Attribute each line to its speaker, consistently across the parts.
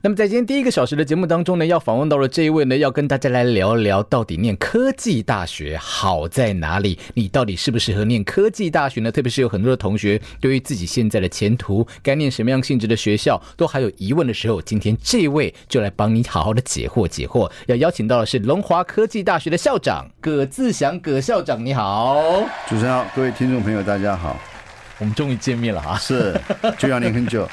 Speaker 1: 那么在今天第一个小时的节目当中呢，要访问到了这一位呢，要跟大家来聊聊到底念科技大学好在哪里？你到底适不适合念科技大学呢？特别是有很多的同学对于自己现在的前途该念什么样性质的学校都还有疑问的时候，今天这位就来帮你好好的解惑解惑。要邀请到的是龙华科技大学的校长葛自祥葛校长，你好，
Speaker 2: 主持人好，各位听众朋友，大家好。
Speaker 1: 我们终于见面了啊！
Speaker 2: 是，就要您很久，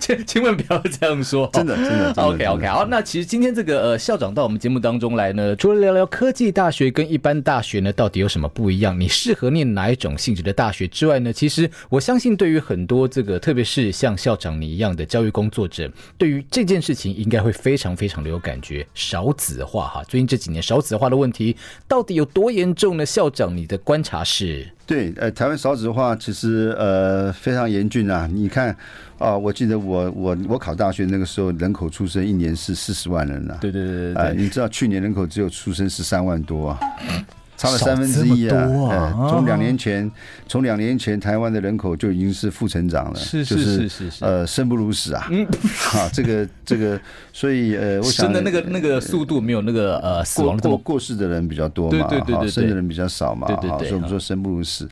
Speaker 1: 千千万不要这样说，
Speaker 2: 真的，真的。真的
Speaker 1: OK
Speaker 2: 真
Speaker 1: OK，
Speaker 2: 的
Speaker 1: 好，那其实今天这个呃校长到我们节目当中来呢，除了聊聊科技大学跟一般大学呢到底有什么不一样，你适合念哪一种性质的大学之外呢，其实我相信对于很多这个特别是像校长你一样的教育工作者，对于这件事情应该会非常非常的有感觉。少子化哈，最近这几年少子化的问题到底有多严重呢？校长，你的观察是？
Speaker 2: 对，呃，台湾少子化其实呃非常严峻啊。你看啊、我记得我我我考大学那个时候，人口出生一年是四十万人啊。
Speaker 1: 对对对对
Speaker 2: 啊、你知道去年人口只有出生十三万多啊。差了
Speaker 1: 少
Speaker 2: 三分之一啊
Speaker 1: 这！么多啊
Speaker 2: 呃从两年前，从两年前台湾的人口就已经是负成长了，
Speaker 1: 是
Speaker 2: 就是
Speaker 1: 是是是
Speaker 2: 呃，生不如死啊！嗯，啊，这个这个，所以呃，我想
Speaker 1: 生的那个那个速度没有那个呃死
Speaker 2: 过
Speaker 1: 亡的这
Speaker 2: 过
Speaker 1: 么
Speaker 2: 过世的人比较多嘛，
Speaker 1: 对对对
Speaker 2: 哈
Speaker 1: 对对
Speaker 2: 生的人比较少嘛，
Speaker 1: 对对
Speaker 2: 哈
Speaker 1: 对嗯
Speaker 2: 所以我们说生不如死。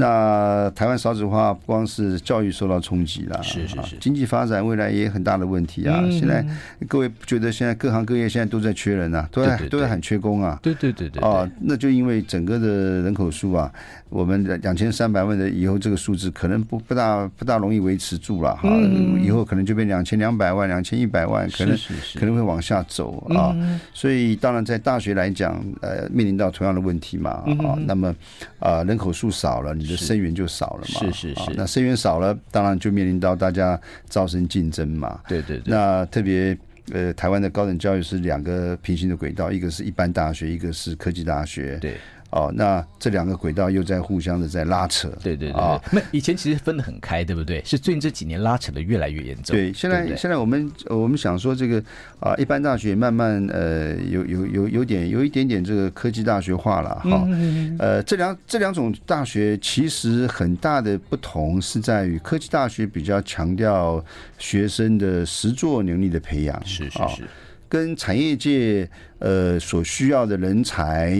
Speaker 2: 那台湾少子化不光是教育受到冲击啦，
Speaker 1: 是是
Speaker 2: 哈
Speaker 1: 是嗯
Speaker 2: 经济发展未来也很大的问题啊。现在各位不觉得现在各行各业现在都在缺人啊，都在
Speaker 1: 对对对
Speaker 2: 都在很缺工啊。
Speaker 1: 对对对对对
Speaker 2: 啊，那就因为整个的人口数啊，我们两千三百万的以后这个数字可能不不大不大容易维持住了哈，以后可能就变两千两百万、两千一百万，可能
Speaker 1: 嗯是是是嗯
Speaker 2: 可能会往下走啊。所以当然在大学来讲，呃，面临到同样的问题嘛
Speaker 1: 嗯
Speaker 2: 啊，那么啊人口数少了，你的生源就少了嘛，
Speaker 1: 是是
Speaker 2: 啊
Speaker 1: 是
Speaker 2: 那生源少了，当然就面临到大家招生竞争嘛，
Speaker 1: 对对对，
Speaker 2: 那特别呃，台湾的高等教育是两个平行的轨道，一个是一般大学，一个是科技大学。
Speaker 1: 对。
Speaker 2: 哦，那这两个轨道又在互相的在拉扯。
Speaker 1: 对对对
Speaker 2: 啊
Speaker 1: 对，那、以前其实分得很开，对不对？是最近这几年拉扯的越来越严重。
Speaker 2: 对，现
Speaker 1: 对
Speaker 2: 在
Speaker 1: 不对
Speaker 2: 现在我们呃我们想说这个啊、一般大学慢慢呃有有有有点有一点点这个科技大学化了哈。呃，这两这两种大学其实很大的不同是在于科技大学比较强调学生的实作能力的培养，
Speaker 1: 是是
Speaker 2: 啊
Speaker 1: 是，
Speaker 2: 跟产业界呃所需要的人才，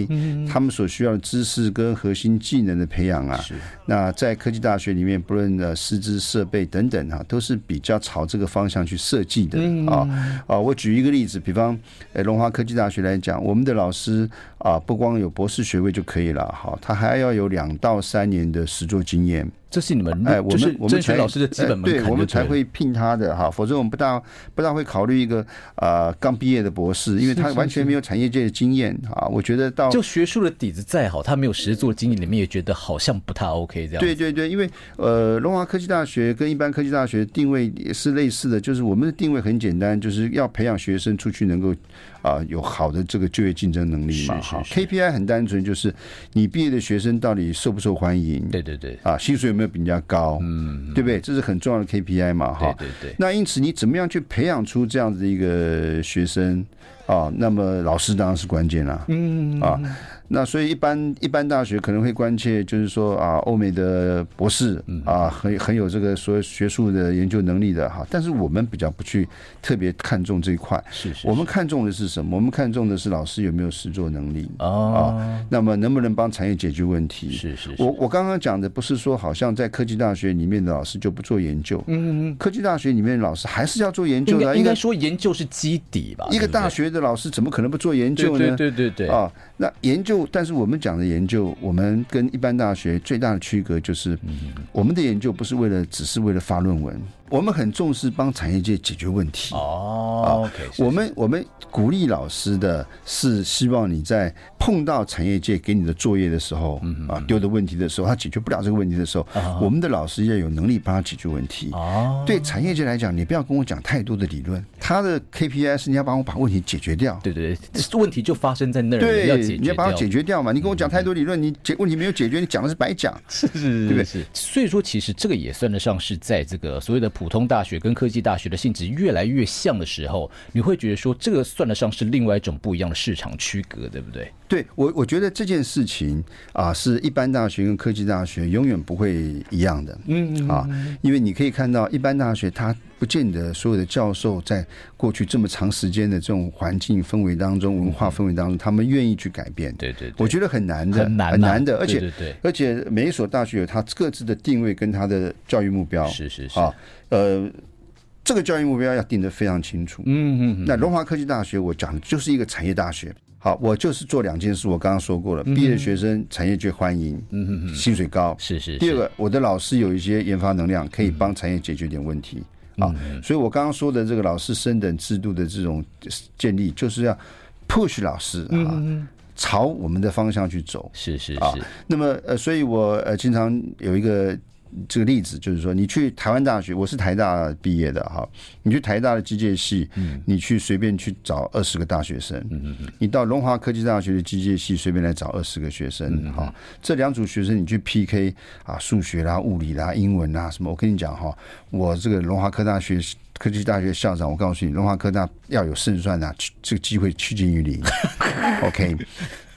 Speaker 2: 他们所需要的知识跟核心技能的培养啊，
Speaker 1: 是
Speaker 2: 那在科技大学里面，不论呃师资设备等等啊，都是比较朝这个方向去设计的啊啊。我举一个例子，比方呃龙华科技大学来讲，我们的老师啊，不光有博士学位就可以了，好，他还要有两到三年的实作经验。
Speaker 1: 这是你们
Speaker 2: 哎，我
Speaker 1: 就是
Speaker 2: 们我们
Speaker 1: 甄
Speaker 2: 才
Speaker 1: 选老师的基本门
Speaker 2: 哎
Speaker 1: 槛、
Speaker 2: 对，我们才。会聘他的哈，否则我们不大不大会考虑一个呃刚毕业的博士，因为他完全没有产业界的经验啊。我觉得到
Speaker 1: 就学术的底子再好，他没有实作经验，你们也觉得好像不太 OK 这样。
Speaker 2: 对对对，因为呃，龙华科技大学跟一般科技大学定位也是类似的，就是我们的定位很简单，就是要培养学生出去能够啊、有好的这个就业竞争能力嘛。
Speaker 1: 是是
Speaker 2: 哈
Speaker 1: 是
Speaker 2: KPI 很单纯，就是你毕业的学生到底受不受欢迎，
Speaker 1: 对对对
Speaker 2: 啊，薪水有没有比人家高，嗯，对不对？这是很重要的 KPI 嘛，哈
Speaker 1: 对。对对，
Speaker 2: 那因此，你怎么样去培养出这样子的一个学生啊？那么老师当然是关键啦、嗯啊，那所以一般一般大学可能会关切，就是说啊，欧美的博士
Speaker 1: 嗯
Speaker 2: 啊，很很有这个所有学术的研究能力的哈。但是我们比较不去特别看重这一块，
Speaker 1: 是是
Speaker 2: 我们看重的是什么？我们看重的是老师有没有实作能力，
Speaker 1: 哦，
Speaker 2: 那么能不能帮产业解决问题？
Speaker 1: 是是是
Speaker 2: 我我刚刚讲的不是说好像在科技大学里面的老师就不做研究，嗯嗯，科技大学里面的老师还是要做研究
Speaker 1: 应
Speaker 2: 的啊，
Speaker 1: 该应
Speaker 2: 一
Speaker 1: 该
Speaker 2: 个
Speaker 1: 说研究是基底吧？
Speaker 2: 一个
Speaker 1: 对不对
Speaker 2: 大学的老师怎么可能不做研究呢？
Speaker 1: 对对对对对，
Speaker 2: 啊，那研究，但是我们讲的研究，我们跟一般大学最大的区隔就是，
Speaker 1: 嗯
Speaker 2: 我们的研究不是为了只是为了发论文，我们很重视帮产业界解决问题。
Speaker 1: 哦，OK，是
Speaker 2: 我们我们鼓励老师的是希望你在碰到产业界给你的作业的时候，
Speaker 1: 嗯
Speaker 2: 啊丢的问题的时候，他解决不了这个问题的时候，我们的老师要有能力帮他解决问题。
Speaker 1: 啊哦，
Speaker 2: 对产业界来讲，你不要跟我讲太多的理论，他的 KPI 是你要帮我把问题解决掉。
Speaker 1: 对对对，这问题就发生在那儿，
Speaker 2: 对，
Speaker 1: 要解决
Speaker 2: 你要把它
Speaker 1: 掉嗯
Speaker 2: 解决掉嘛。你跟我讲太多理论，你解问题没有解决，你讲的是白讲。
Speaker 1: 是是
Speaker 2: 对不对
Speaker 1: 是，所以说其实这个也算得上是在这个所谓的普通大学跟科技大学的性质越来越像的时候，你会觉得说这个算得上是另外一种不一样的市场区隔，对不对？
Speaker 2: 对我，我觉得这件事情啊，是一般大学跟
Speaker 1: 嗯
Speaker 2: 科技大学永远不会一样的。嗯啊，因为你可以看到，一般大学它不见得所有的教授在过去这么长时间的这种环境氛围当中、文化氛围当中，他们愿意去改变。
Speaker 1: 对对对
Speaker 2: 我觉得很难的，
Speaker 1: 很难啊
Speaker 2: 的，而且
Speaker 1: 对对
Speaker 2: 而且每一所大学有它各自的定位跟它的教育目标。
Speaker 1: 对，是是是，
Speaker 2: 啊，呃，这个教育目标要定得非常清楚。
Speaker 1: 嗯嗯嗯，
Speaker 2: 那龙华科技大学，我讲的就是一个产业大学。好，我就是做两件事，我刚刚说过了，
Speaker 1: 嗯
Speaker 2: 毕业学生产业界欢迎，嗯嗯，薪水高。
Speaker 1: 是是
Speaker 2: 第
Speaker 1: 是，嗯
Speaker 2: 二个，我的老师有一些研发能量，可以帮产业解决点问题啊。所以我刚刚说的这个老师升等制度的这种建立，就是要 push 老师
Speaker 1: 嗯
Speaker 2: 啊，朝我们的方向去走。
Speaker 1: 是是
Speaker 2: 啊
Speaker 1: 是，
Speaker 2: 那么呃，所以我呃经常有一个这个例子，就是说你去台湾大学，我是台大毕业的哈，你去台大的机械系，
Speaker 1: 嗯
Speaker 2: 你去随便去找二十个大学生，你到龙华科技大学的机械系随便来找二十个学
Speaker 1: 嗯
Speaker 2: 生哈，这两组学生你去 PK 啊，数学啦、物理啦、英文啦什么，我跟你讲哈，我这个龙华科大学。科技大学校长，我告诉你，龙华科大要有胜算啊，去这个机会趋近 于零。OK，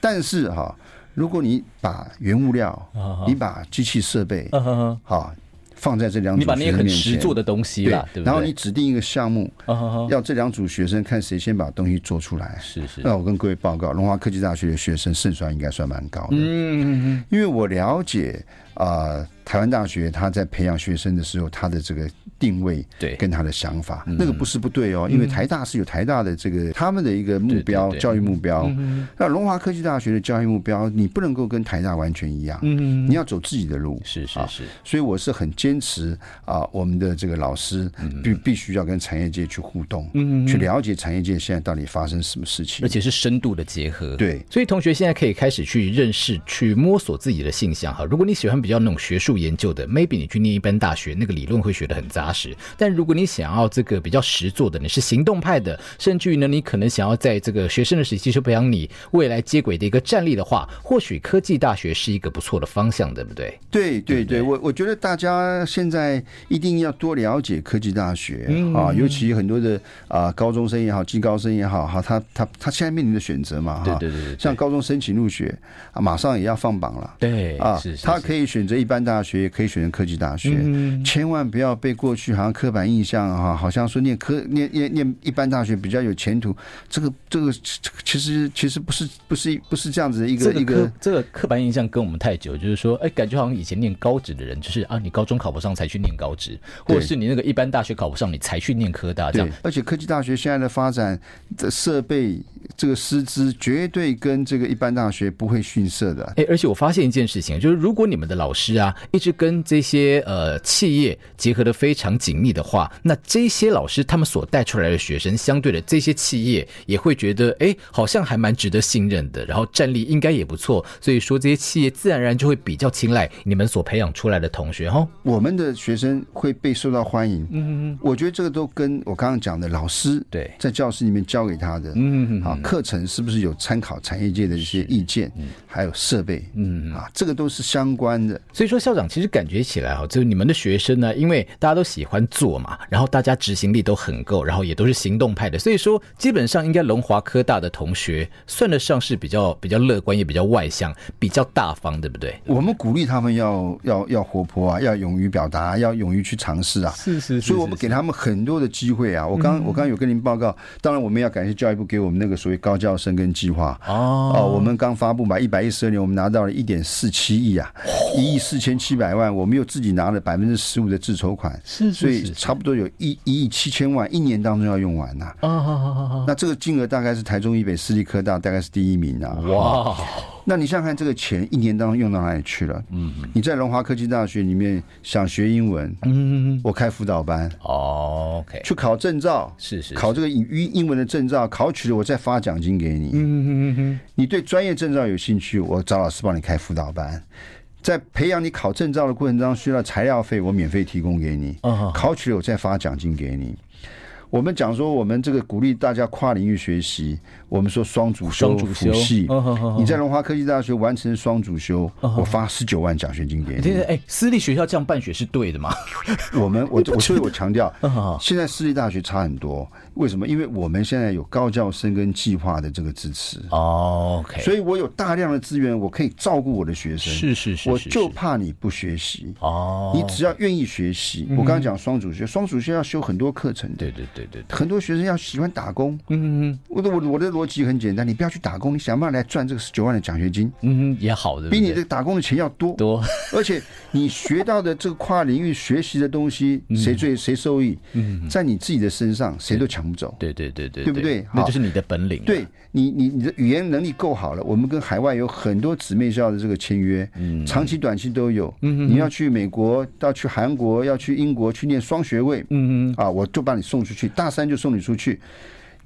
Speaker 2: 但是哈、如果你把原物料，
Speaker 1: 啊
Speaker 2: 你把机器设备，
Speaker 1: 嗯哼哼
Speaker 2: 好、放在这两
Speaker 1: 你
Speaker 2: 组
Speaker 1: 把
Speaker 2: 学
Speaker 1: 那些
Speaker 2: 生
Speaker 1: 很
Speaker 2: 面
Speaker 1: 实
Speaker 2: 前，
Speaker 1: 做的东西
Speaker 2: 对
Speaker 1: 啦，对不对？
Speaker 2: 然后你指定一个项目，
Speaker 1: 嗯哼哼
Speaker 2: 要这两组学生看谁先把东西做出来。
Speaker 1: 是是，
Speaker 2: 那我跟各位报告，龙华科技大学的学生胜算应该算蛮高的，
Speaker 1: 嗯嗯
Speaker 2: 因为我了解啊、呃台湾大学他在培养学生的时候，他的这个定位
Speaker 1: 对嗯
Speaker 2: 跟他的想法，那个不是不对哦，因为台大是有台大的这个他们的一个目
Speaker 1: 对嗯
Speaker 2: 标
Speaker 1: 对对
Speaker 2: 教育目标，那龙华科技大学的教育目标你不能够跟台大完全一样，
Speaker 1: 嗯，
Speaker 2: 你要走自己的路，
Speaker 1: 是是
Speaker 2: 啊
Speaker 1: 是，
Speaker 2: 所以我是很坚持啊，我们的这个老师
Speaker 1: 嗯
Speaker 2: 必必须要跟产业界去互动，去了解产业界现在到底发生什么事情
Speaker 1: 而。且是深度的结合。
Speaker 2: 对
Speaker 1: 所以同学现在可以开始去认识、去摸索自己的性向哈。如果你喜欢比较那种学术研究的，maybe 你去念一般大学，那个理论会学得很扎实。但如果你想要这个比较实做的，你是行动派的，甚至于呢，你可能想要在这个学生的时期就培养你未来接轨的一个战力的话，或许科技大学是一个不错的方向，对不对？
Speaker 2: 对对对，我我觉得大家现在一定要多了解科技大学
Speaker 1: 嗯
Speaker 2: 啊，尤其很多的啊高中生也好，技高生也好哈，他他他现在面临的选择嘛哈，
Speaker 1: 对对对对
Speaker 2: 像高中申请入学啊，马上也要放榜了。
Speaker 1: 对
Speaker 2: 啊
Speaker 1: 是，是
Speaker 2: 他
Speaker 1: 是嗯
Speaker 2: 可以选择一般大学，也可以选择科技大学，千万不要被过去好像刻板印象哈，好像说念科念念念一般大学比较有前途，这个这个这个其实其实不是不是不是这样子的一个
Speaker 1: 这个
Speaker 2: 一
Speaker 1: 刻
Speaker 2: 个
Speaker 1: 这个刻板印象跟我们太久，就是说，哎，感觉好像以前念高职的人，就是啊，你高中考不上才去念高职，或者
Speaker 2: 对
Speaker 1: 是你那个一般大学考不上，你才去念科大这样
Speaker 2: 对。，而且科技大学现在的发展的设备这个师资绝对跟这个一般大学不会逊色的，
Speaker 1: 哎，而且我发现一件事情，就是如果你们的老师啊，一直跟这些呃企业结合的非常紧密的话，那这些老师他们所带出来的学生，相对的这些企业也会觉得，哎，好像还蛮值得信任的，然后战力应该也不错，所以说这些企业自然而然就会比较青睐你们所培养出来的同学哦。
Speaker 2: 我们的学生会被受到欢迎。嗯，我觉得这个都跟我刚刚讲的老师
Speaker 1: 对
Speaker 2: 在教室里面教给他的，嗯，啊，课程是不是有参考产业界的一些意见，还有设备，嗯，啊，这个都是相关的。
Speaker 1: 所以说，校长其实感觉起来哈，就是你们的学生呢，因为大家都喜欢做嘛，然后大家执行力都很够，然后也都是行动派的，所以说基本上应该龙华科大的同学算得上是比较比较乐观，也比较外向，比较大方，对不对？
Speaker 2: 我们鼓励他们要要要活泼啊，要勇于表达，要勇于去尝试啊。
Speaker 1: 是是
Speaker 2: 所以我们给他们很多的机会啊。我刚我刚有跟您报告，当然我们要感谢教育部给我们那个所谓高教生跟计划。
Speaker 1: 哦，
Speaker 2: 哦，我们刚发布嘛，一百一十二年，我们拿到了一点四七亿啊，一亿四千七百万，我们又自己拿了百分之十五的自筹款，
Speaker 1: 是
Speaker 2: 所以差不多有一一亿七千万，一年当中要用完呐、
Speaker 1: 啊，好好好好
Speaker 2: 那这个金额大概是台中以北私立科大大概是第一名啊。
Speaker 1: 哇，
Speaker 2: 那你想想看，这个钱一年当中用到哪里去了？嗯，你在龙华科技大学里面想学英文，嗯，我开辅导班，
Speaker 1: 哦，OK，
Speaker 2: 去考证照，
Speaker 1: 是是，
Speaker 2: 考这个英英英文的证照，考取了我再发奖金给你。嗯嗯嗯你对专业证照有兴趣，我找老师帮你开辅导班。在培养你考证照啊的过程当中，需要材料费，我免费提供给你。
Speaker 1: 哦好
Speaker 2: 考取了我再发奖金给你。我们讲说，我们这个鼓励大家跨领域学习，我们说双主修啊
Speaker 1: 双主修
Speaker 2: 辅系
Speaker 1: 哦好好好，
Speaker 2: 你在龙华科技大学完成双主修，我发十九万奖学金给
Speaker 1: 你听
Speaker 2: 你。
Speaker 1: 听，哎，私立学校这样办学是对的吗？
Speaker 2: 我们我我所以我强调
Speaker 1: 嗯好好，
Speaker 2: 现在私立大学差很多，为什么？因为我们现在有高教生跟计划的这个支持，
Speaker 1: 哦，OK，
Speaker 2: 所以我有大量的资源，我可以照顾我的学生。
Speaker 1: 是是是，
Speaker 2: 我
Speaker 1: 是
Speaker 2: 就是怕你不学习，
Speaker 1: 哦，嗯
Speaker 2: 你只要愿意学习。我刚刚讲双主修，双主修要修很多课程的，
Speaker 1: 对对对对对，
Speaker 2: 很多学生要喜欢打工。
Speaker 1: 嗯嗯
Speaker 2: 我的我我的逻辑很简单，你不要去打工，你想办法来赚这个十九万的奖学金，
Speaker 1: 嗯，也好的，
Speaker 2: 比你
Speaker 1: 对
Speaker 2: 这个打工的钱要多
Speaker 1: 不对。多，
Speaker 2: 而且你学到的这个跨领域学习的东西，谁最谁受益，在你自己的身上谁都抢不走。
Speaker 1: 嗯对对对对，
Speaker 2: 对不对
Speaker 1: 那
Speaker 2: 好
Speaker 1: 就是你的本领，
Speaker 2: 对，你，你你的语言能力够好了，我们跟海外有很多姊妹校的这个签约，
Speaker 1: 嗯
Speaker 2: 长期、短期都有。你要去美国，要去韩国，要去英国去念双学位，嗯嗯，啊，我就把你送出去，大三就送你出去。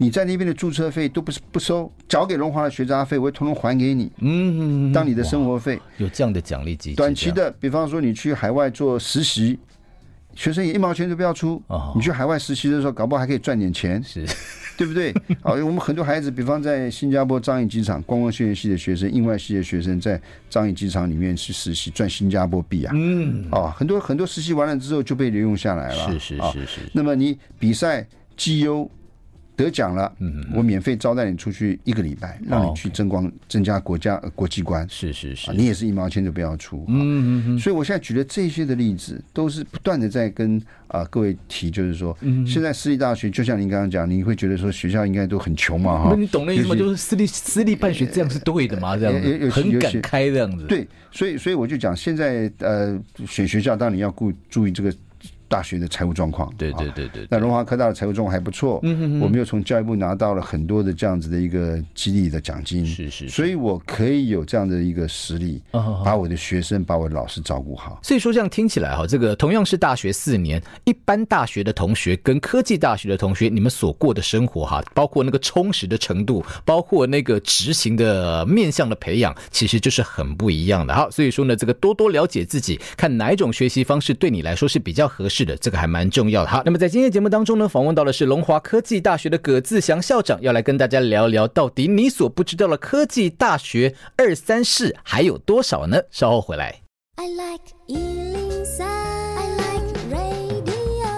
Speaker 2: 你在那边的注册费都不是不收，缴给龙华的学杂费，我会统统还给你，
Speaker 1: 嗯，嗯，嗯
Speaker 2: 当你的生活费。
Speaker 1: 有这样的奖励机制，
Speaker 2: 短期
Speaker 1: 这样，
Speaker 2: 的，比方说你去海外做实习，学生也一毛钱都不要出
Speaker 1: 哦，
Speaker 2: 你去海外实习的时候，搞不好还可以赚点钱。
Speaker 1: 是，
Speaker 2: 对不对？好， 我们很多孩子，比方在新加坡樟宜机场观光宣言系的学生、印外系的学生，在樟宜机场里面去实习，赚新加坡币啊。
Speaker 1: 嗯，
Speaker 2: 哦，很多很多实习完了之后就被留用下来了。
Speaker 1: 是是
Speaker 2: 啊
Speaker 1: 是是，
Speaker 2: 那么你比赛绩优得奖了，
Speaker 1: 嗯
Speaker 2: 我免费招待你出去一个礼拜，让你
Speaker 1: 哦
Speaker 2: 去增光增加国家、呃国际观。
Speaker 1: 是是是
Speaker 2: 啊，，你也是一毛钱都不要出。嗯嗯嗯。所以我现在举的这些的例子，都是不断的在跟啊、各位提，就是说，
Speaker 1: 嗯
Speaker 2: 现在私立大学就像您刚刚讲，你会觉得说学校应该都很穷嘛
Speaker 1: 那
Speaker 2: 哈。
Speaker 1: 你懂那意思吗？
Speaker 2: 尤其
Speaker 1: 就是私立私立办学这样是对的吗？这样
Speaker 2: 尤
Speaker 1: 子
Speaker 2: 尤其
Speaker 1: 很
Speaker 2: 尤
Speaker 1: 敢
Speaker 2: 其
Speaker 1: 开这样子，
Speaker 2: 对，所以所以我就讲，现在呃选学校，当然你要顾注意这个大学的财务状况。
Speaker 1: 对
Speaker 2: 啊
Speaker 1: 对嗯对对对，
Speaker 2: 那龙华科大的财务状况还不错，我们又从教育部拿到了很多的这样子的一个激励的奖金，
Speaker 1: 是是是
Speaker 2: 所以我可以有这样的一个实力
Speaker 1: 哦好好，
Speaker 2: 把我的学生、把我的老师照顾好。
Speaker 1: 所以说，这样听起来哈，这个同样是大学四年，一般大学的同学跟科技大学的同学，你们所过的生活哈，包括那个充实的程度，包括那个执行的呃面向的培养，其实就是很不一样的。好，所以说呢，这个多多了解自己，看哪一种学习方式对你来说是比较合适的，这个还蛮重要的。好，那么在今天的节目当中呢，访问到的是龙华科技大学的葛自祥校长，要来跟大家聊聊到底你所不知道的科技大学二三事还有多少呢？稍后回来。
Speaker 3: I like Ealing Sound. I like radio.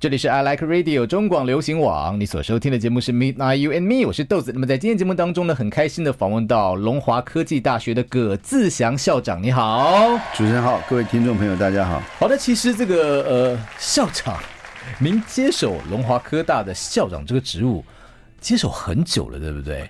Speaker 1: 这里是 I Like Radio 中广流行网，你所收听的节目是 Midnight You and Me，我是豆子。那么在今天节目当中呢，很开心的访问到龙华科技大学的葛自祥校长，你好。
Speaker 2: 主持人好，各位听众朋友，大家好。
Speaker 1: 好的，其实这个呃校长，您接手龙华科大的校长这个职务，接手很久了，对不对？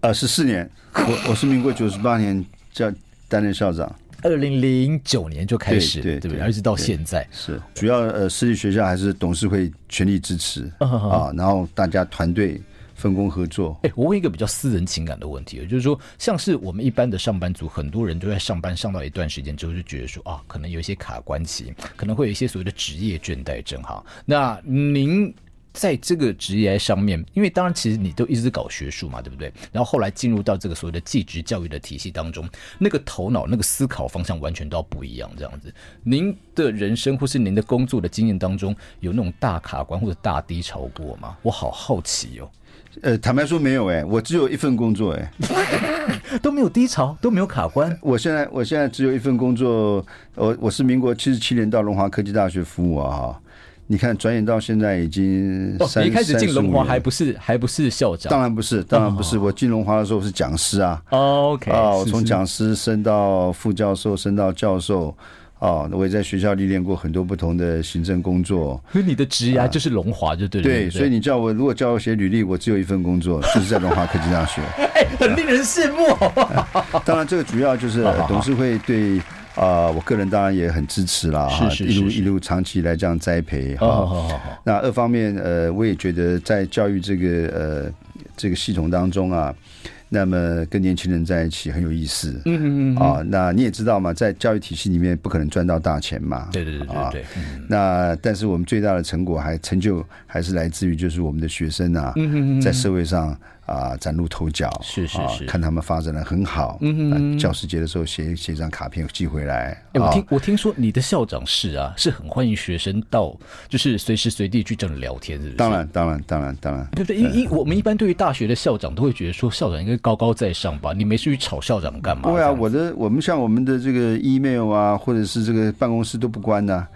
Speaker 2: 呃，十四年，我我是民国九十八年叫担任校长，
Speaker 1: 二零零九年就开始，
Speaker 2: 对对
Speaker 1: 不对？
Speaker 2: 对
Speaker 1: 而一直到现在，
Speaker 2: 是主要呃私立学校还是董事会全力支持
Speaker 1: 啊哈
Speaker 2: 啊，然后大家团队分工合作。
Speaker 1: 哎，我问一个比较私人情感的问题，也就是说，像是我们一般的上班族，很多人都在上班上到一段时间之后，就觉得说啊，可能有一些卡关期，可能会有一些所谓的职业倦怠症哈。那您在这个职业上面，因为当然其实你都一直搞学术嘛，对不对？然后后来进入到这个所谓的技职教育的体系当中，那个头脑、那个思考方向完全都要不一样，这样子。您的人生或是您的工作的经验当中，有那种大卡关或者大低潮过吗？我好好奇哦。
Speaker 2: 呃，坦白说没有哎、我只有一份工作哎、
Speaker 1: 都没有低潮，都没有卡关。
Speaker 2: 我现在我现在只有一份工作，我我是民国七十七年到龙华科技大学服务啊哈，你看转眼到现在已经
Speaker 1: 哦，
Speaker 2: 三
Speaker 1: 你一开始进龙华还
Speaker 2: 35年
Speaker 1: 不啊是还不是校长？
Speaker 2: 当然不是，当然不是，我进龙华的时候是讲师啊，
Speaker 1: 哦 OK，
Speaker 2: 啊，我
Speaker 1: 是
Speaker 2: 从
Speaker 1: 是
Speaker 2: 讲师升到副教授，升到教授，啊，我也在学校历练过很多不同的行政工作。
Speaker 1: 所以你的职涯就是龙华，就对了
Speaker 2: 啊对，
Speaker 1: 不
Speaker 2: 所以你叫我如果叫我写履历，我只有一份工作，就是在龙华科技大 学。
Speaker 1: 哎，很令人羡慕。哦
Speaker 2: 当然，这个主要就是呃董事会对啊、我个人当然也很支持啦，哈，
Speaker 1: 是是
Speaker 2: 一路
Speaker 1: 是哦是
Speaker 2: 一路长期来这样栽培哈。
Speaker 1: 好好好好，
Speaker 2: 那二方面，呃，我也觉得在教育这个呃这个系统当中啊，那么跟年轻人在一起很有意思。
Speaker 1: 嗯嗯嗯，
Speaker 2: 啊，那你也知道嘛，在教育体系里面不可能赚到大钱嘛。
Speaker 1: 对对对对
Speaker 2: 啊
Speaker 1: 对，嗯
Speaker 2: 那但是我们最大的成果还成就还是来自于就是我们的学生啊，
Speaker 1: 嗯
Speaker 2: 在社会上啊、崭露头角，
Speaker 1: 是是
Speaker 2: 啊
Speaker 1: 是
Speaker 2: 看他们发展的很好，嗯，教师节的时候写写一张卡片寄回来，啊
Speaker 1: 哎，我听我听说你的校长室啊，是很欢迎学生到，就是随时随地去这里聊天，是不是？
Speaker 2: 当然嗯当然当然当然，
Speaker 1: 对不对？因因我们一般对于大学的校长都会觉得说，校长应该高高在上吧？你没事去吵校长干嘛？
Speaker 2: 对
Speaker 1: 这
Speaker 2: 啊，
Speaker 1: 样
Speaker 2: 我的我们像我们的这个 email 啊，或者是这个办公室都不 关的、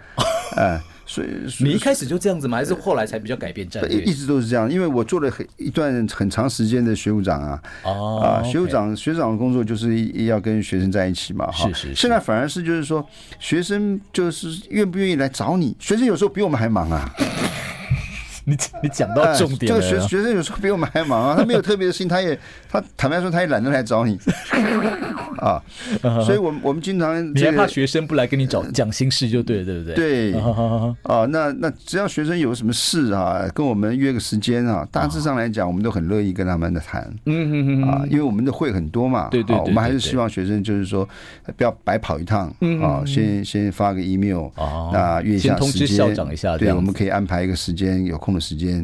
Speaker 2: 哎、所以所
Speaker 1: 你
Speaker 2: 以
Speaker 1: 一开始就这样子吗？还是后来才比较改变战略
Speaker 2: 一一？直都是这样，因为我做了很一段很长时间的学务长啊，
Speaker 1: 哦
Speaker 2: 啊，
Speaker 1: OK
Speaker 2: 学务长学长的工作就是一要跟学生在一起嘛，哈。
Speaker 1: 是是是
Speaker 2: 现在反而是就是说，学生就是愿不愿意来找你？学生有时候比我们还忙啊。
Speaker 1: 你你讲到哦重点了
Speaker 2: 哎这个学学生有时候比我们还忙啊，他没有特别的心，他也他坦白说他也懒得来找你啊。所以我们我们经常
Speaker 1: 嗯你
Speaker 2: 这
Speaker 1: 还
Speaker 2: 个
Speaker 1: 怕学生不来跟你 找讲心事就对了，对不对？
Speaker 2: 对
Speaker 1: 啊啊啊
Speaker 2: 啊，那那只要学生有什么事啊，跟我们约个时间啊，大致上来讲，我们都很乐意跟他们的谈
Speaker 1: 嗯嗯嗯，
Speaker 2: 啊，因为我们的会很多嘛，
Speaker 1: 对对
Speaker 2: 啊
Speaker 1: 对
Speaker 2: 我们还
Speaker 1: 对
Speaker 2: 是
Speaker 1: 对嗯
Speaker 2: 希望学生就是说呃不要白跑一趟啊，先先发个 email
Speaker 1: 哦
Speaker 2: 那约一
Speaker 1: 先
Speaker 2: 下
Speaker 1: 通知
Speaker 2: 时间，
Speaker 1: 校长一下这
Speaker 2: 对，
Speaker 1: 样
Speaker 2: 我
Speaker 1: 子
Speaker 2: 们可以安排一个时间，有空的时间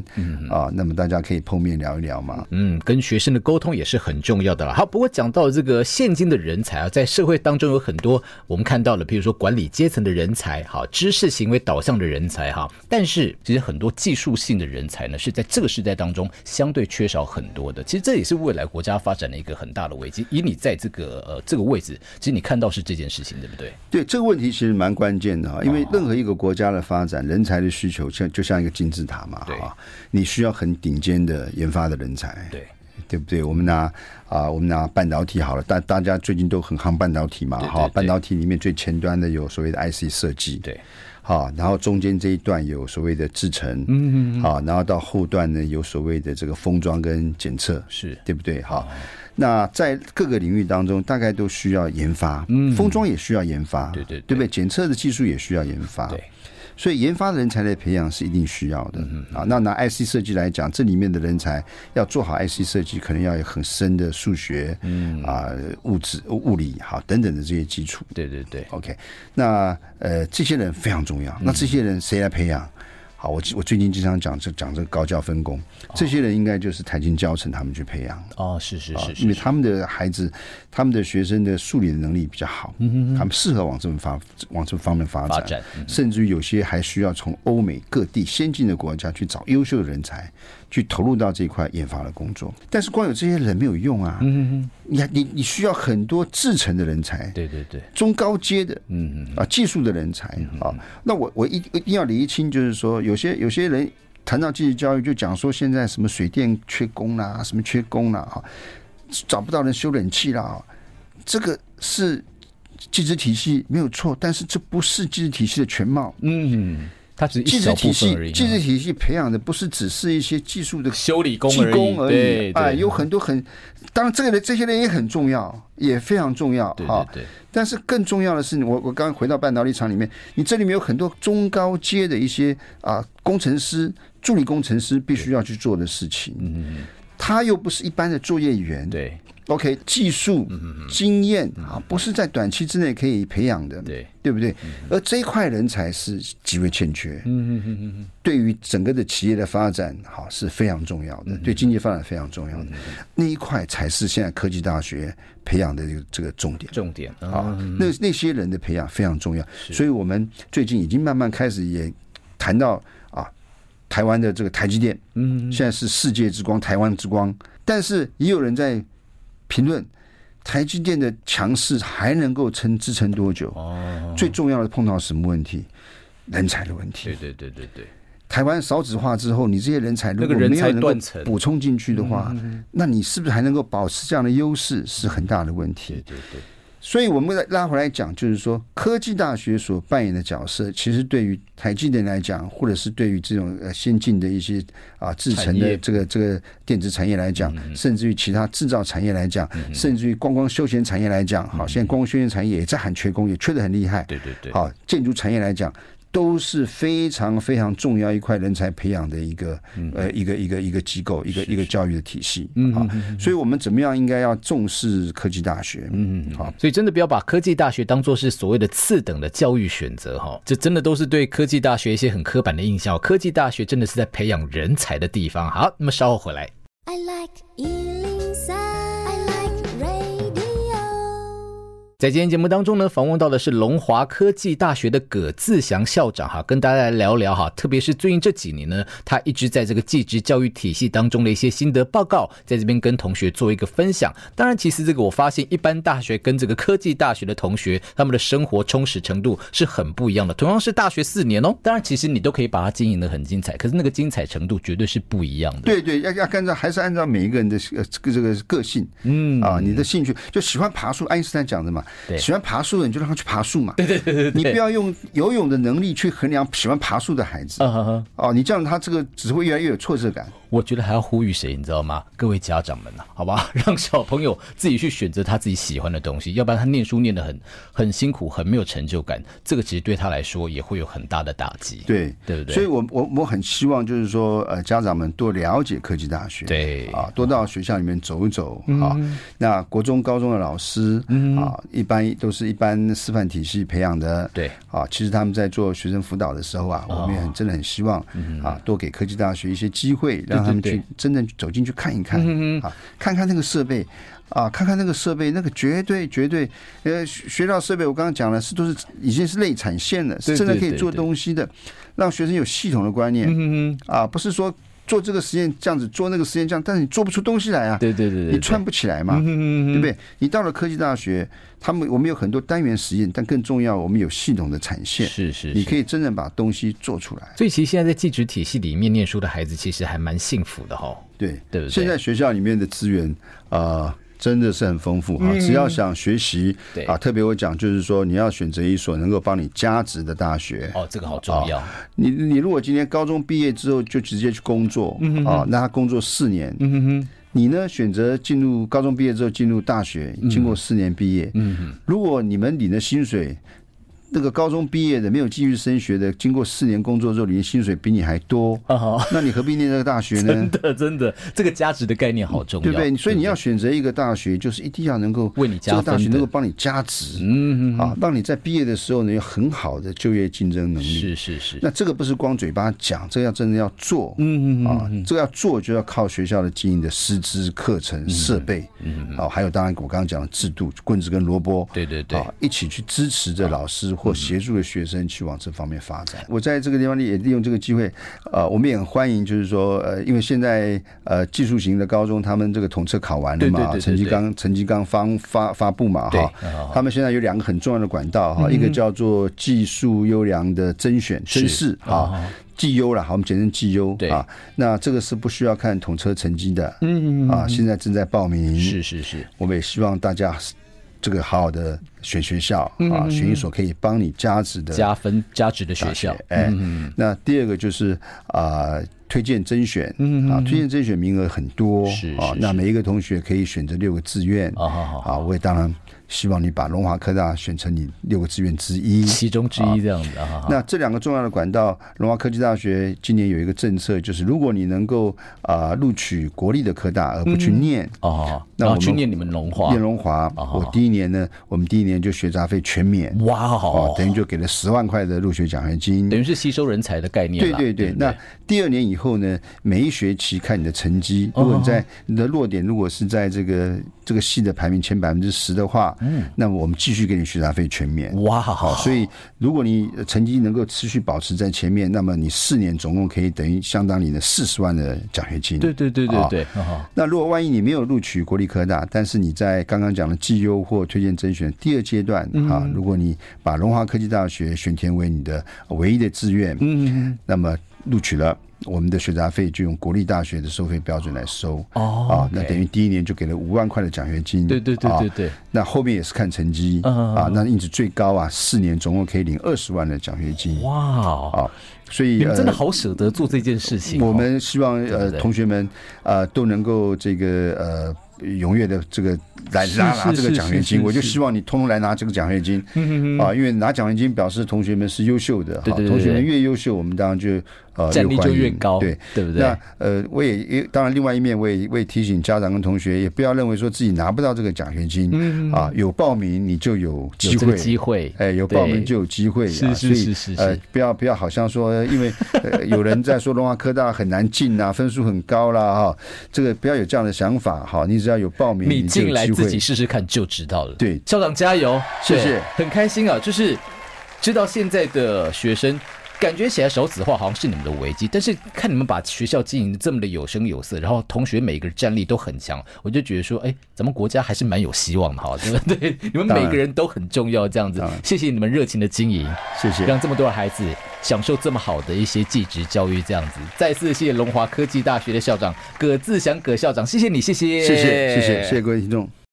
Speaker 2: 啊，那么大家可以碰面聊一聊嘛。
Speaker 1: 嗯，跟学生的沟通也是很重要的啦。好，不过讲到这个现今的人才啊，在社会当中有很多我们看到了，比如说管理阶层的人才，哈，知识行为导向的人才，哈。但是其实很多技术性的人才呢，是在这个时代当中相对缺少很多的。其实这也是未来国家发展的一个很大的危机。以你在这个呃这个位置，其实你看到是这件事情，对不对？
Speaker 2: 对这个问题其实蛮关键的哈，啊因为
Speaker 1: 哦
Speaker 2: 任何一个国家的发展，人才的需求像就像一个金字塔嘛
Speaker 1: 对
Speaker 2: 哈，你需要很顶尖的研发的人才，
Speaker 1: 对，
Speaker 2: 对不对？我们拿啊、我们拿半导体好了，大大家最近都很夯半导体嘛，
Speaker 1: 对对
Speaker 2: 哈，
Speaker 1: 对
Speaker 2: 半导体里面最前端的有所谓的 IC 设计，
Speaker 1: 对，
Speaker 2: 好，然后中间这一段有所谓的制程，嗯嗯，好，然后到后段呢有所谓的这个封装跟检测，
Speaker 1: 是
Speaker 2: 对不对？好，那在各个领域当中，大概都需要研发，嗯，封装也需要研发，
Speaker 1: 对对对
Speaker 2: 对不对？检测的技术也需要研发，
Speaker 1: 对。
Speaker 2: 所以研发的人才的培养是一定需要的
Speaker 1: 嗯
Speaker 2: 啊。那拿 IC 设计来讲，这里面的人才要做好 IC 设计，可能要有很深的数学、
Speaker 1: 嗯
Speaker 2: 啊物质、物理好等等的这些基础。
Speaker 1: 对对对，
Speaker 2: OK，那呃，这些人非常重
Speaker 1: 嗯
Speaker 2: 要。那这些人谁来培养？好，我我最近经常讲这讲这个高教分工，这些人应该就是台经教程他们去培养。
Speaker 1: 哦，是是
Speaker 2: 啊
Speaker 1: 是
Speaker 2: 因为
Speaker 1: 是，
Speaker 2: 他们的孩子，他们的学生的数理的能力比较好，
Speaker 1: 嗯
Speaker 2: 他们适合往这种发往这方面发
Speaker 1: 发
Speaker 2: 展，
Speaker 1: 展嗯
Speaker 2: 甚至于有些还需要从欧美各地先进的国家去找优秀的人才，去投入到这块研发的工作。但是光有这些人没有用啊，
Speaker 1: 嗯
Speaker 2: 你还你你需要很多制成的人才，
Speaker 1: 对对对，
Speaker 2: 中高阶的，嗯啊，技术的人才
Speaker 1: 嗯
Speaker 2: 啊。那我我一一定要厘清，就是说，有些有些人谈到技术教育，就讲说现在什么水电缺工啦、什么缺工啦啊，找不到人修冷气啦、啊，这个是技职体系没有错，但是这不是技职体系的全貌。
Speaker 1: 嗯，它只是一
Speaker 2: 技职
Speaker 1: 小
Speaker 2: 体
Speaker 1: 部分
Speaker 2: 系
Speaker 1: 而已，，嗯
Speaker 2: 技职体系培养的不是只是一些技术的
Speaker 1: 修理工
Speaker 2: 技
Speaker 1: 而已，
Speaker 2: 工而
Speaker 1: 对对
Speaker 2: 已，哎，有很多很，当然这个人这些人也很重要，也非常重要
Speaker 1: 对
Speaker 2: 啊
Speaker 1: 对。对。
Speaker 2: 但是更重要的是，我我刚刚回到半导体厂里面，你这里面有很多中高阶的一些啊、工程师、助理工程师必须要去做的事情。嗯他又不是一般的作业员。
Speaker 1: 对
Speaker 2: OK，技术、经验啊，不是在短期之内可以培养的，
Speaker 1: 对，
Speaker 2: 对不对？而这一块人才是极为欠缺。嗯嗯嗯嗯，对于整个的企业的发展，好是非常重要的，对经济发展非常重要的那一块才是现在科技大学培养的这个这个重点。
Speaker 1: 重点啊，
Speaker 2: 啊，那那些人的培养非常重要，所以我们最近已经慢慢开始也谈到啊，台湾的这个台积电，嗯，现在是世界之光，台湾之光，但是也有人在评论。台积电的强势还能够撑支撑多久？
Speaker 1: 哦，
Speaker 2: 最重要的碰到什么问题？人才的问题
Speaker 1: 对。对对对对，
Speaker 2: 台湾少子化之后，你这些人才如
Speaker 1: 那
Speaker 2: 果
Speaker 1: 个人
Speaker 2: 没
Speaker 1: 才
Speaker 2: 有能够
Speaker 1: 断层嗯
Speaker 2: 补充进去的话，那你是不是还能够保持这样的优势？是很大的问题。
Speaker 1: 对对对，
Speaker 2: 所以我们拉回来讲，就是说科技大学所扮演的角色，其实对于台积电来讲，或者是对于这种呃先进的一些啊制
Speaker 1: 产
Speaker 2: 成
Speaker 1: 业
Speaker 2: 的这个这个电子产业来讲，甚至于其他制造产业来讲，甚至于观光休闲产业来讲，好，现在观光休闲产业也在喊缺工，也缺得很厉害。
Speaker 1: 对对对，
Speaker 2: 好，建筑产业来讲，都是非常非常重要一块人才培养的一个呃一个一个一个机构，一个一个教育的体系啊。所以我们怎么样应该要重视科技大学？嗯，好，
Speaker 1: 所以真的不要把科技大学当做是所谓的次等的教育选择哈，这真的都是对科技大学一些很刻板的印象。科技大学真的是在培养人才的地方。好，那么稍后回来。
Speaker 3: I like Ealing Sound. I like radio.
Speaker 1: 在今天节目当中呢，访问到的是龙华科技大学的葛自祥校长哈，跟大家来聊聊哈，特别是最近这几年呢，他一直在这个技职教育体系当中的一些心得报告，在这边跟同学做一个分享。当然，其实这个我发现，一般大学跟这个科技大学的同学，他们的生活充实程度是很不一样的。同样是大学四年哦，当然其实你都可以把它经营的很精彩，可是那个精彩程度绝对是不一样的。
Speaker 2: 对对，要要按照还是按照每一个人的呃这个这个个性，嗯啊，你的兴趣就喜欢爬树，爱因斯坦讲的嘛
Speaker 1: 对，
Speaker 2: 喜欢爬树的你就让他去爬树嘛， 对对对对，你不要用游泳的能力去衡量喜欢爬树的孩子
Speaker 1: 啊哈哈
Speaker 2: 哦，你这样他这个只会越来越有挫折感。
Speaker 1: 我觉得还要呼吁谁，你知道吗？各位家长们呐、啊好吧， 让小朋友自己去选择他自己喜欢的东西，要不然他念书念得很很辛苦，很没有成就感，这个其实对他来说也会有很大的打击。
Speaker 2: 对
Speaker 1: 对不对
Speaker 2: 所以我我我很希望就是说，呃，家长们多了解科技大学，
Speaker 1: 对嗯
Speaker 2: 啊，多到学校里面走一走啊。那国中、高中的老师啊，一般都是一般师范体系培养的，
Speaker 1: 对哦
Speaker 2: 啊。其实他们在做学生辅导的时候啊，我们也很真的很希望啊，多给科技大学一些机会，让他们
Speaker 1: 嗯对嗯
Speaker 2: 去真正走进去看一看啊，看看那个设备。啊，看看那个设备，那个绝对绝对，呃，学学到设备，我刚刚讲了，是都是已经是内产线了，
Speaker 1: 对
Speaker 2: 是真的
Speaker 1: 对
Speaker 2: 可以
Speaker 1: 对
Speaker 2: 做
Speaker 1: 对
Speaker 2: 东西的。让学生有系统的观念，嗯啊，不是说做这个实验这样子，做那个实验这样，但是你做不出东西来啊，
Speaker 1: 对对对对，嗯
Speaker 2: 你串不起来嘛，对不对？你到了科技大学，他们我们有很多单元实验，但更重要，我们有系统的产
Speaker 1: 对
Speaker 2: 线，
Speaker 1: 是是
Speaker 2: 你
Speaker 1: 是。
Speaker 2: 可以真正把东西做出来。
Speaker 1: 所以其实现在在技职体系里面念书的孩子，其实还蛮幸福的哈、哦。
Speaker 2: 对
Speaker 1: 对不对
Speaker 2: 现在学校里面的资源啊、呃真的是很丰富啊！只要想学习
Speaker 1: 嗯对
Speaker 2: 啊，特别我讲就是说，你要选择一所能够帮你加值的大学
Speaker 1: 哦，这个好重要。
Speaker 2: 你你如果今天高中毕业之后就直接去工作，
Speaker 1: 嗯
Speaker 2: 啊，那他工作四年，你呢选择进入高中毕业之后进入大学，
Speaker 1: 嗯
Speaker 2: 经过四年毕业，如果你们领的薪水。那个高中毕业的没有继续升学的，经过四年工作之后，领的薪水比你还多，那你何必念这个大学
Speaker 1: 啊
Speaker 2: 呢
Speaker 1: 真？的真的，这个价值的概念好重要，
Speaker 2: 对不对？所以你要选择一个大学，就是一定要能够
Speaker 1: 为你加
Speaker 2: 这个大
Speaker 1: 分
Speaker 2: 学
Speaker 1: 的
Speaker 2: 能够帮你加值，嗯啊，让你在毕业的时候呢有很好的就业竞争能力。
Speaker 1: 是是是，
Speaker 2: 那这个不是光嘴巴讲，这个要真的要做，嗯嗯啊，这个要做就要靠学校的经营的师资、课程、设备，嗯哦，还有当然我刚刚讲的制度，棍子跟萝卜，
Speaker 1: 对对嗯对
Speaker 2: 啊，一起去支持着老师或协助着学生去往这方面发
Speaker 1: 嗯
Speaker 2: 展。我在这个地方也利用这个机会，呃，我们也很欢迎，就是说，呃，因为现在呃技术型的高中他们这个统测考完了
Speaker 1: 对对
Speaker 2: 嘛，
Speaker 1: 对对
Speaker 2: 成绩
Speaker 1: 对
Speaker 2: 刚成绩刚发发发布嘛，
Speaker 1: 对啊嗯
Speaker 2: 哈，他们现在有两个很重要的管道哈，一个叫做技术优良的甄选甄试啊。绩优了，好，我们简称绩优
Speaker 1: 对
Speaker 2: 啊。那这个是不需要看统车成绩的，嗯啊，现在正在报名。
Speaker 1: 是，是是，
Speaker 2: 我们也希望大家这个好好的选学校啊，选一所可以帮你加值的
Speaker 1: 嗯加嗯分加值的呃学
Speaker 2: 大
Speaker 1: 校，
Speaker 2: 哎，那第二个就是啊、推荐甄选，啊，推荐甄选名额很多
Speaker 1: 嗯是
Speaker 2: 啊
Speaker 1: 是，
Speaker 2: 那每一个同学可以选择六个志愿
Speaker 1: 啊好好
Speaker 2: 啊，我也当然希望你把龙华科大选成你六个志愿之一。
Speaker 1: 其中之一这样子啊。
Speaker 2: 那这两个重要的管道，龙华科技大学今年有一个政策，就是如果你能够啊、录取国立的科大，而不去念
Speaker 1: 哦，
Speaker 2: 那
Speaker 1: 然后
Speaker 2: 我
Speaker 1: 去
Speaker 2: 们
Speaker 1: 念你们龙华啊
Speaker 2: 念，龙华，我第一年呢，我们第一年就学杂费全免
Speaker 1: 哇
Speaker 2: 哦
Speaker 1: 哦，，
Speaker 2: 等于就给了十万块的入学奖学金，
Speaker 1: 等于是吸收人才的概念
Speaker 2: 对
Speaker 1: 啦。
Speaker 2: 对对，那第二年以后呢，每一学期看你的成
Speaker 1: 嗯
Speaker 2: 绩，如果你在你的落点如果是在这个这个系的排名前百分之十的话，嗯，那么我们继续给你学杂费全免。
Speaker 1: 嗯哇，哦
Speaker 2: 好，
Speaker 1: 好，
Speaker 2: 所以如果你呃成绩能够持续保持在前面，那么你四年总共可以等于相当你的四十万的奖学金。
Speaker 1: 对对对对
Speaker 2: 啊
Speaker 1: 对，哦
Speaker 2: 那如果万一你没有录取国立科大，但是你在刚刚讲的绩优或推荐甄选第二阶段啊，
Speaker 1: 嗯
Speaker 2: 如果你把龙华科技大学选填为你的唯一的志愿，嗯，那么录取了。我们的学杂费就用国立大学的收费标准来收
Speaker 1: 哦
Speaker 2: 啊，那
Speaker 1: OK
Speaker 2: 等于第一年就给了五万块的奖学金，
Speaker 1: 对对对嗯
Speaker 2: 啊
Speaker 1: 对对，
Speaker 2: 那后面也是看成绩啊，那因此最高啊，四年总共可以领二十万的奖学金
Speaker 1: 哇哦，
Speaker 2: 啊，所以
Speaker 1: 你们真的
Speaker 2: 呃
Speaker 1: 好舍得做这件事情哦。
Speaker 2: 我们希望
Speaker 1: 对
Speaker 2: 呃
Speaker 1: 对
Speaker 2: 同学们呃都能够这个呃踊跃的这个来
Speaker 1: 是
Speaker 2: 拿拿
Speaker 1: 是
Speaker 2: 这个
Speaker 1: 是
Speaker 2: 奖学
Speaker 1: 是
Speaker 2: 金，
Speaker 1: 是
Speaker 2: 我就是希望你通通来拿这个奖学金
Speaker 1: 嗯
Speaker 2: 啊，因为拿奖学金表示同学们是优秀的，
Speaker 1: 对
Speaker 2: 哈，
Speaker 1: 对对
Speaker 2: 同学
Speaker 1: 对
Speaker 2: 们越优秀，我们当然就呃
Speaker 1: 哦战力
Speaker 2: 欢
Speaker 1: 就越
Speaker 2: 迎
Speaker 1: 高，
Speaker 2: 对。
Speaker 1: 对不对？
Speaker 2: 那呃，我也也当然，另外一面我也我也提醒家长跟同学，也不要认为说自己拿不到这个奖学金、啊，有报名你就有
Speaker 1: 嗯有
Speaker 2: 机
Speaker 1: 这个
Speaker 2: 会，
Speaker 1: 机会，
Speaker 2: 哎，有报
Speaker 1: 对
Speaker 2: 名就有机会
Speaker 1: 是
Speaker 2: 啊，
Speaker 1: 是
Speaker 2: 所以
Speaker 1: 是是是
Speaker 2: 呃，不要不要，好像说，因为、呃、有人在说龙华科大很难进啊，分数很高啦哈、这个不要有这样的想法哈，你只要有报名，
Speaker 1: 你
Speaker 2: 就
Speaker 1: 进
Speaker 2: 有
Speaker 1: 来
Speaker 2: 机
Speaker 1: 自
Speaker 2: 会
Speaker 1: 己。试试看就知道了。
Speaker 2: 对
Speaker 1: 校长加油，
Speaker 2: 谢
Speaker 1: 对
Speaker 2: 谢
Speaker 1: 很开心啊，就是知道现在的学生。感觉起来少子化好像是你们的危机，但是看你们把学校经营的这么的有声有色，然后同学每个人战力都很强，我就觉得说，哎，咱们国家还是蛮有希望的 哈，对不对？你们
Speaker 2: 当
Speaker 1: 每
Speaker 2: 然
Speaker 1: 个人都很重要，这样子
Speaker 2: 当然，
Speaker 1: 谢谢你们热情的经营。
Speaker 2: 谢谢，
Speaker 1: 让这么多的孩子享受这么好的一些技职教育，这样子。再次谢谢龙华科技大学的校长葛自祥葛校长，谢谢你，谢谢，
Speaker 2: 谢谢，谢谢，谢谢各位听众。